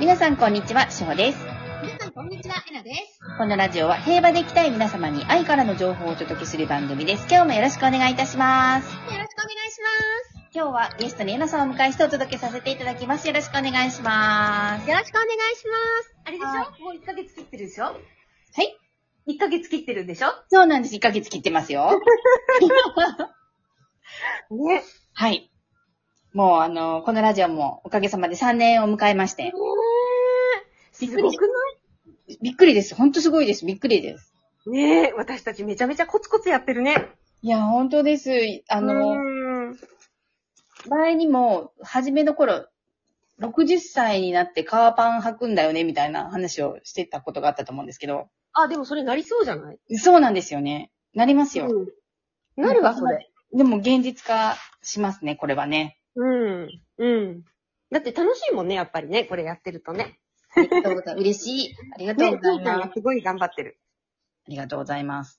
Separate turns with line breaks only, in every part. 皆さんこんにちは、しほです。
皆さん、こんにちは。えなです。
このラジオは平和でいきたい皆様に愛からの情報をお届けする番組です。今日もよろしくお願いいたします。
よろしくお願いし
今日はゲストにえなさんをお迎えしてお届けさせていただきます。よろしくお願いしま。
ますす。よろしくお願いします。あれでし
は
ょもう1ヶ月切ってるでしょ
はい。
?1 ヶ月切ってるんでしょ
そうなんです。1ヶ月切ってますよ。
ね。
はい。もうあの、このラジオもおかげさまで3年を迎えまし
えー
て、。
すごく
びっくりです。ほんとすごいです。びっくりです。
ないねえ、私たちめちゃめちゃコツコツやってるね。
いや、本当です。あ
あ
の、前にも、初めの頃、60歳になって革パン履くんだよね、みたいな話をしてたことがあったと思うんですけど、
あ、でもそれなりそうじゃない
そうなんですよね。なりますよ。
うん。なるわ、それ。
でも現実化しますね、これはね。
うん。うん。だって楽しいもんね、やっぱりね、これやってるとね。
ありがとうございます。嬉しい。ありがとうございます。あ
すごい頑張ってる。
りがとうございます。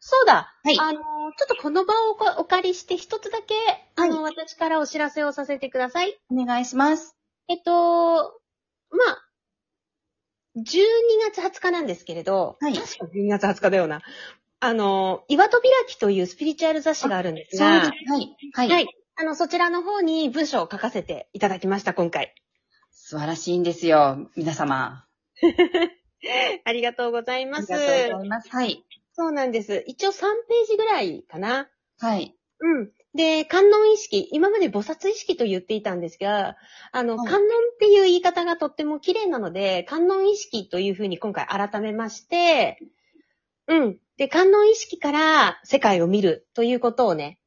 そうだ。
はい
あの、ちょっとこの場をおこお借りして一つだけ、あの、私からお知らせをさせてください。
お願いします。
えっと、まあ、12月20日なんですけれど、
はい
確か12月20日だよな。あの、岩戸開きというスピリチュアル雑誌があるんです
そう
が、
です。はい。はい。
はい。あの、そちらの方に文章を書かせていただきました、今回。
素晴らしいんですよ、皆様。
ありがとうござい
あ
ま
り
す。
がとうございます。はい。
そうなんです。一応3ページぐらいかな。
はい。
うん。で、観音意識、今まで菩薩意識と言っていたんですが、あの、
はい
観音っていう言い方がとっても綺麗なので、観音意識というふうに今回改めまして、うん。で、観音意識から世界を見るということをね、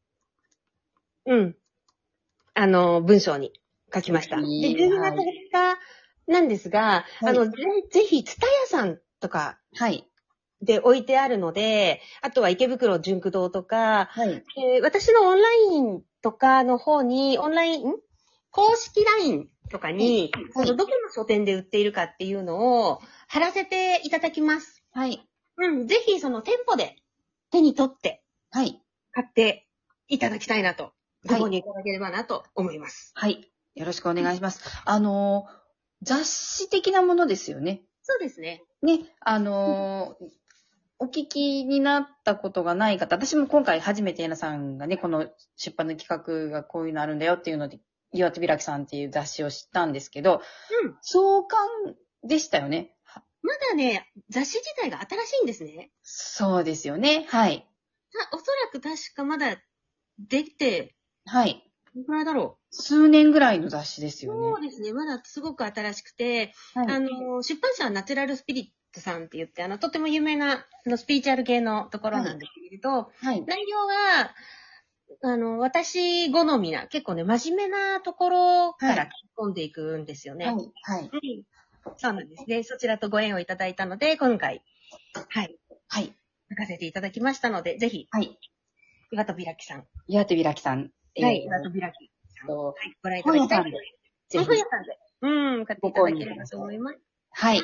うん。あの、文章に書きました。で、
いい
12
はい
月20日なんです
は
が、
い
あの、ぜぜひ、つたやさんとか
はい。
で置いてあるので、あとは池袋純駆堂とか、
はい。
えー私のオンラインとかの方に、オンライン、ん公式 LINE とかに、
はい
このどこの書店で売っているかっていうのを貼らせていただきます。
はい。
うん、ぜひその店舗で手に取って
はい。
買っていただきたいなと、
は
ご
い
購入いただければなと思います。
はい。よろしくお願いします。あのー、雑誌的なものですよね。
そうですね。
ね、あのー、お聞きになったことがない方、私も今回初めてエナさんがね、この出版の企画がこういうのあるんだよっていうので、岩手開きさんっていう雑誌を知ったんですけど、
うん。
創刊でしたよね。は
まだね、雑誌自体が新しいんですね。
そうですよね。はい。
たおそらく確かまだ出て、
はい。
どのくらいだろ
数年ぐらいの雑誌です
う。
よ
そう
ね。
ですね。まだすごく新しくて、
は
あ
い。
の、出版社はナチュラルスピリットさんって言って、あの、とても有名な、あの、スピリチュアル系のところなんですけれど、
はい。
内容は、あの、私好みな、結構ね、真面目なところか
は
ら
い
突っ込んでいくんですよね。
はい。はい。
うんそうなんですね。そちらとご縁をいただいたので、今回、はい、
はい。
書かせていただきましたので、ぜひ、
はい。
岩戸開きさん。
岩手開きさん。
はい、
え
岩戸開きさ
ー
ん。は
と、
い、ご覧いただきたい
本屋さんで
と
ぜ
思
ひ
います。本屋。さんで。うん、買っていただければと思います。
はい。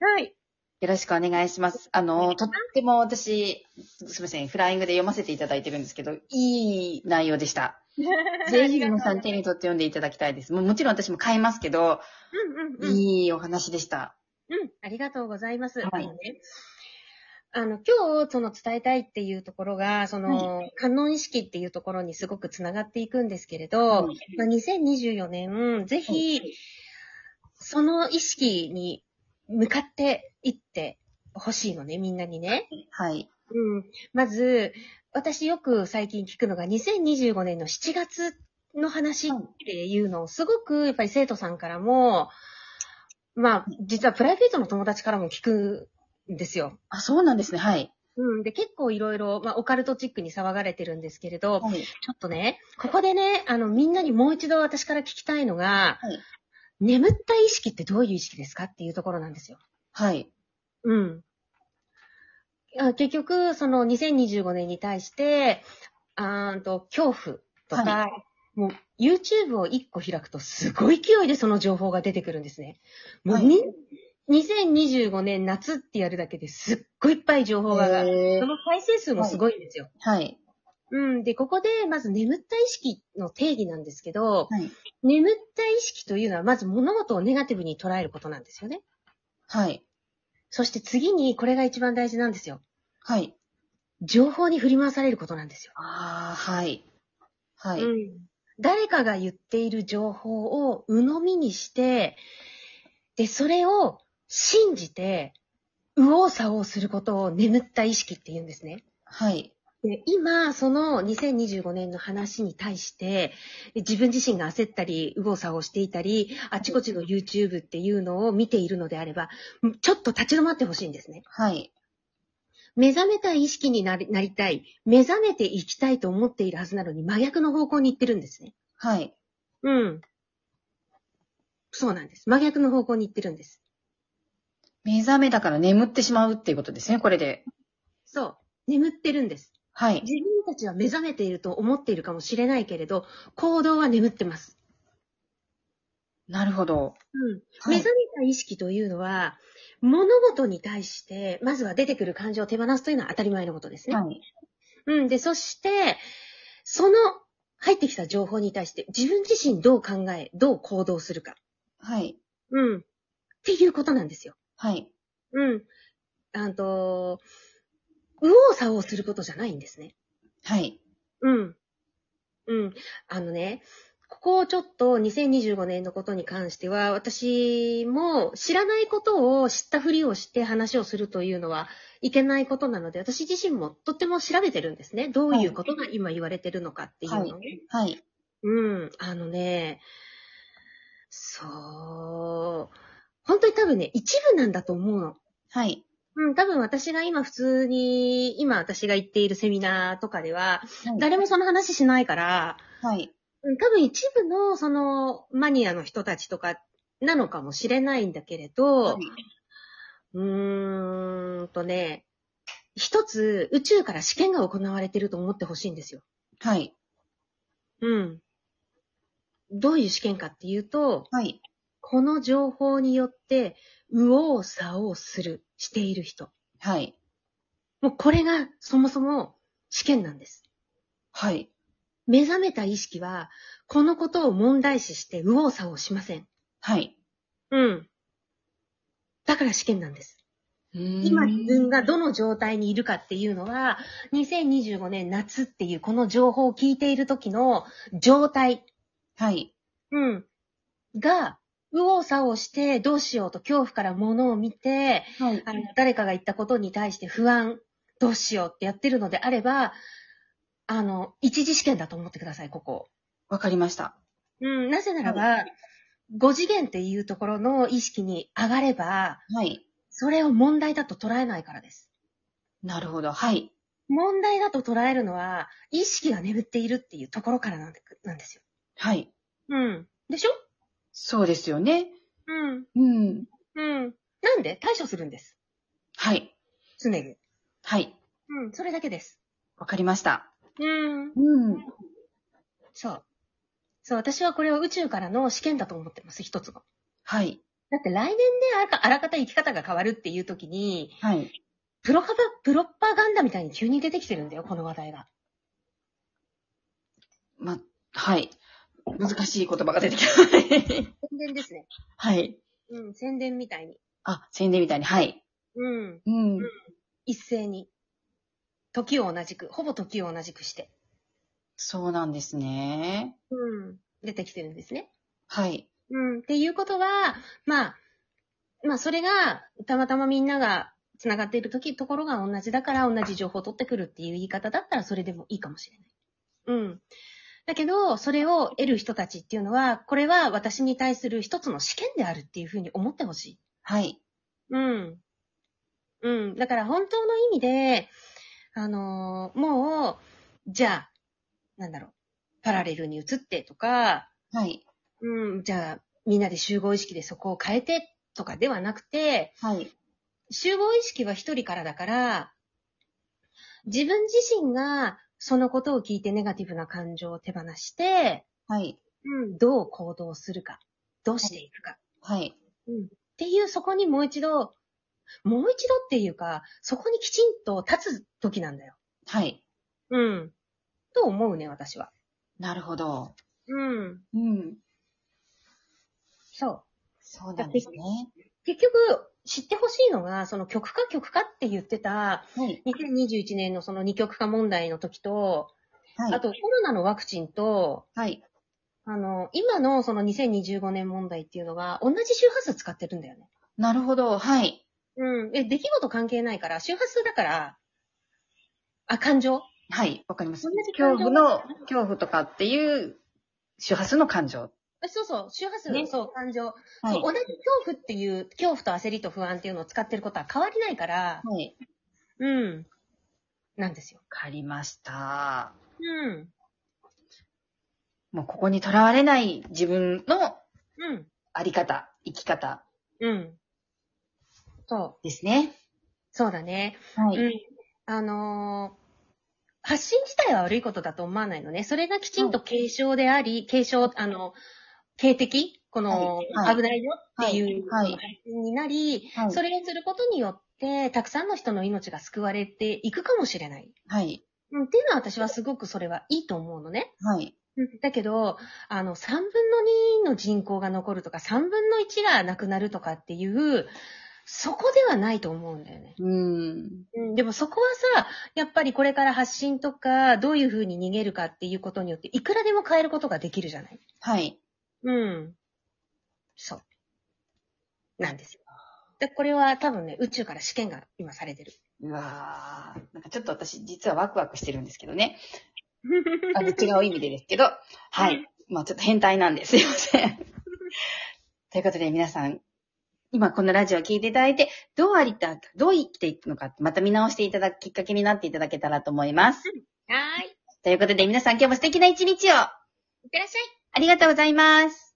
はい。
よろしくお願いします。あの、とっても私、すみません、フライングで読ませていただいてるんですけど、いい内容で した。ぜひ皆さん手に取って読んでいただきたいです。もうもちろん私も買いますけど、
うんうんうん。
いいお話でした。
うん、ありがとうございます。
はい
あのねあの、今日、その伝えたいっていうところが、その、観音意識っていうところにすごくつながっていくんですけれど、
はい
まあ、2024年、ぜひ、その意識に向かっていってほしいのね、みんなにね。
はい。
うん。まず、私よく最近聞くのが、2025年の7月の話っていうのを、すごくやっぱり生徒さんからも、まあ、実はプライベートの友達からも聞くんですよ。
あ、そうなんですね。はい。
うん。で、結構いろいろ、まあ、オカルトチックに騒がれてるんですけれど、
はい。
ちょっとね、ここでね、あの、みんなにもう一度私から聞きたいのが、
はい
眠った意識ってどういう意識ですかっていうところなんですよ。
はい。
うん。あ結局、その2025年に対して、あーんと、恐怖とか、
は
もう YouTube を1個開くとすごい勢いでその情報が出てくるんですね。もう
はい
に、2025年夏ってやるだけですっごいいっぱい情報が、
え
そ
ー
の再生数もすごいんですよ。
はい。
うん。で、ここで、まず眠った意識の定義なんですけど、
はい
眠った意識というのは、まず物事をネガティブに捉えることなんですよね。
はい。
そして次に、これが一番大事なんですよ。
はい。
情報に振り回されることなんですよ。
ああ、はい。はい。
うん誰かが言っている情報を鵜呑みにして、で、それを信じて、右往左往することを眠った意識って言うんですね。
はい。
で今、その2025年の話に対して、自分自身が焦ったり、右往左往していたり、あちこちの YouTube っていうのを見ているのであれば、ちょっと立ち止まってほしいんですね。
はい。
目覚めた意識になりなりたい、目覚めていきたいと思っているはずなのに、真逆の方向に行ってるんですね。
はい。
うん。そうなんです。真逆の方向に行ってるんです。
目覚めだから眠ってしまうっていうことですね、これで。
そう。眠ってるんです。
はい。
自分たちは目覚めていると思っているかもしれないけれど、行動は眠ってます。
なるほど。
うん。
はい
目覚めた意識というのは、物事に対して、まずは出てくる感情を手放すというのは当たり前のことですね。
はい。
うん。で、そして、その入ってきた情報に対して、自分自身どう考え、どう行動するか。
はい。
うん。っていうことなんですよ。
はい。
うん。あんと、右往左往することじゃないんですね。
はい。
うん。うん。あのね、ここをちょっと2025年のことに関しては、私も知らないことを知ったふりをして話をするというのはいけないことなので、私自身もとっても調べてるんですね。どういうことが今言われてるのかっていうのをね。
はい。
うん。あのね、そう。本当に多分ね、一部なんだと思うの。
はい。
うん、多分私が今普通に、今私が行っているセミナーとかでは、誰もその話しないから、
はい。
うん多分一部のそのマニアの人たちとかなのかもしれないんだけれど、
はいう
ーんとね、一つ宇宙から試験が行われてると思ってほしいんですよ。
はい。
うん。どういう試験かっていうと、
はい。
この情報によって、右往左往する、している人。
はい。
もうこれがそもそも試験なんです。
はい。
目覚めた意識は、このことを問題視して右往左往しません。
はい。
うん。だから試験なんです。
今
今自分がどの状態にいるかっていうのは、2025年夏っていうこの情報を聞いている時の状態、
はい。
うん、が、右往左往してどうしようと恐怖から物を見て、
はい
あの、誰かが言ったことに対して不安、どうしようってやってるのであれば、あの、一次試験だと思ってください、ここ。
わかりました。
うん、なぜならば、5次元っていうところの意識に上がれば、
はい。
それを問題だと捉えないからです。
なるほど。はい。
問題だと捉えるのは、意識が眠っているっていうところからなんでなんですよ。
はい。
うん。でしょ
そうですよね。
うん。
うん。
うん。なんで対処するんです。
はい。
常に。
はい。
うん。それだけです。
わかりました。
うん。
うん。
そう。そう、私はこれを宇宙からの試験だと思ってます、一つの。
はい。
だって来年であらかあらかた生き方が変わるっていう時に、
はい。
プロパガ、プロパガンダみたいに急に出てきてるんだよ、この話題が。
ま、はい。難しい言葉が出てきた。
宣伝ですね。
はい。
うん、宣伝みたいに。
あ、宣伝みたいに。はい。
うん。
うん
一斉に。時を同じく、ほぼ時を同じくして。
そうなんですね。
うん。出てきてるんですね。
はい。
うん。っていうことは、まあ、まあそれが、たまたまみんなが繋がっている時、ところが同じだから同じ情報を取ってくるっていう言い方だったらそれでもいいかもしれない。うん。だけど、それを得る人たちっていうのは、これは私に対する一つの試験であるっていうふうに思ってほしい。
はい。
うん。うん。だから本当の意味で、あのーもう、じゃあ、なんだろう、パラレルに移ってとか、
はい。
うん、じゃあ、みんなで集合意識でそこを変えてとかではなくて、
はい。
集合意識は一人からだから、自分自身がそのことを聞いてネガティブな感情を手放して、
はい。
うん、どう行動するか、どうしていくか
はい。
っていう、そこにもう一度、もう一度っていうか、そこにきちんと立つ時なんだよ。
はい。
うん。と思うね、私は。
なるほど。
うん。
うん。
そう。
そうなんですね。
結局、知ってほしいのが、その曲か曲かって言ってた、
はい。
2021年のその二極化問題の時と、
はい。
あとコロナのワクチンと、
はい。
あの、今のその2025年問題っていうのは、同じ周波数使ってるんだよね。
なるほど。はい。
うん。え、出来事関係ないから、周波数だから、あ、感情
はい。わかります
同。じ感
恐
情
怖の、恐怖とかっていう周波数の感情。
あそうそう、周波数、
ね
そう、感情、
は
そう
い。
同じ恐怖っていう、恐怖と焦りと不安っていうのを使ってることは変わりないから、
はい。
うん。なんですよ
わ。かりました。
うん。
もうここにとらわれない自分の
うん。
あり方、生き方
うん。そう。
ですね。
そうだね。
は
う。ん。あのー発信自体は悪いことだと思わないのね。それがきちんと継承であり、継承、あの、警的この、
はいはい
危ないよっていう、
はいはい
発信になり、
はい
それをすることによって、たくさんの人の命が救われていくかもしれない。
はい。
うん、っていうのは私はすごくそれはいいと思うのね。
はい。
だけど、あの、3分の2の人口が残るとか、3分の1がなくなるとかっていう、そこではないと思うんだよね。
うん。
うんでもそこはさ、やっぱりこれから発信とか、どういうふうに逃げるかっていうことによって、いくらでも変えることができるじゃない。
はい。
うん。そう。なんですよ。で、これは多分ね、宇宙から試験が今され てる。
うわーなんかちょっと私、実はワクワクしてるんですけどね。 あの、違う意味でですけど、は
う
い。まあちょっと変態なんですいません。 ということで皆さん、今このラジオを聞いていただいて、どうありた、どう生きていくのか、また見直していただくきっかけになっていただけたらと思います。
はーい。
ということで皆さん今日も素敵な一日を
いってらっしゃい。
ありがとうございます。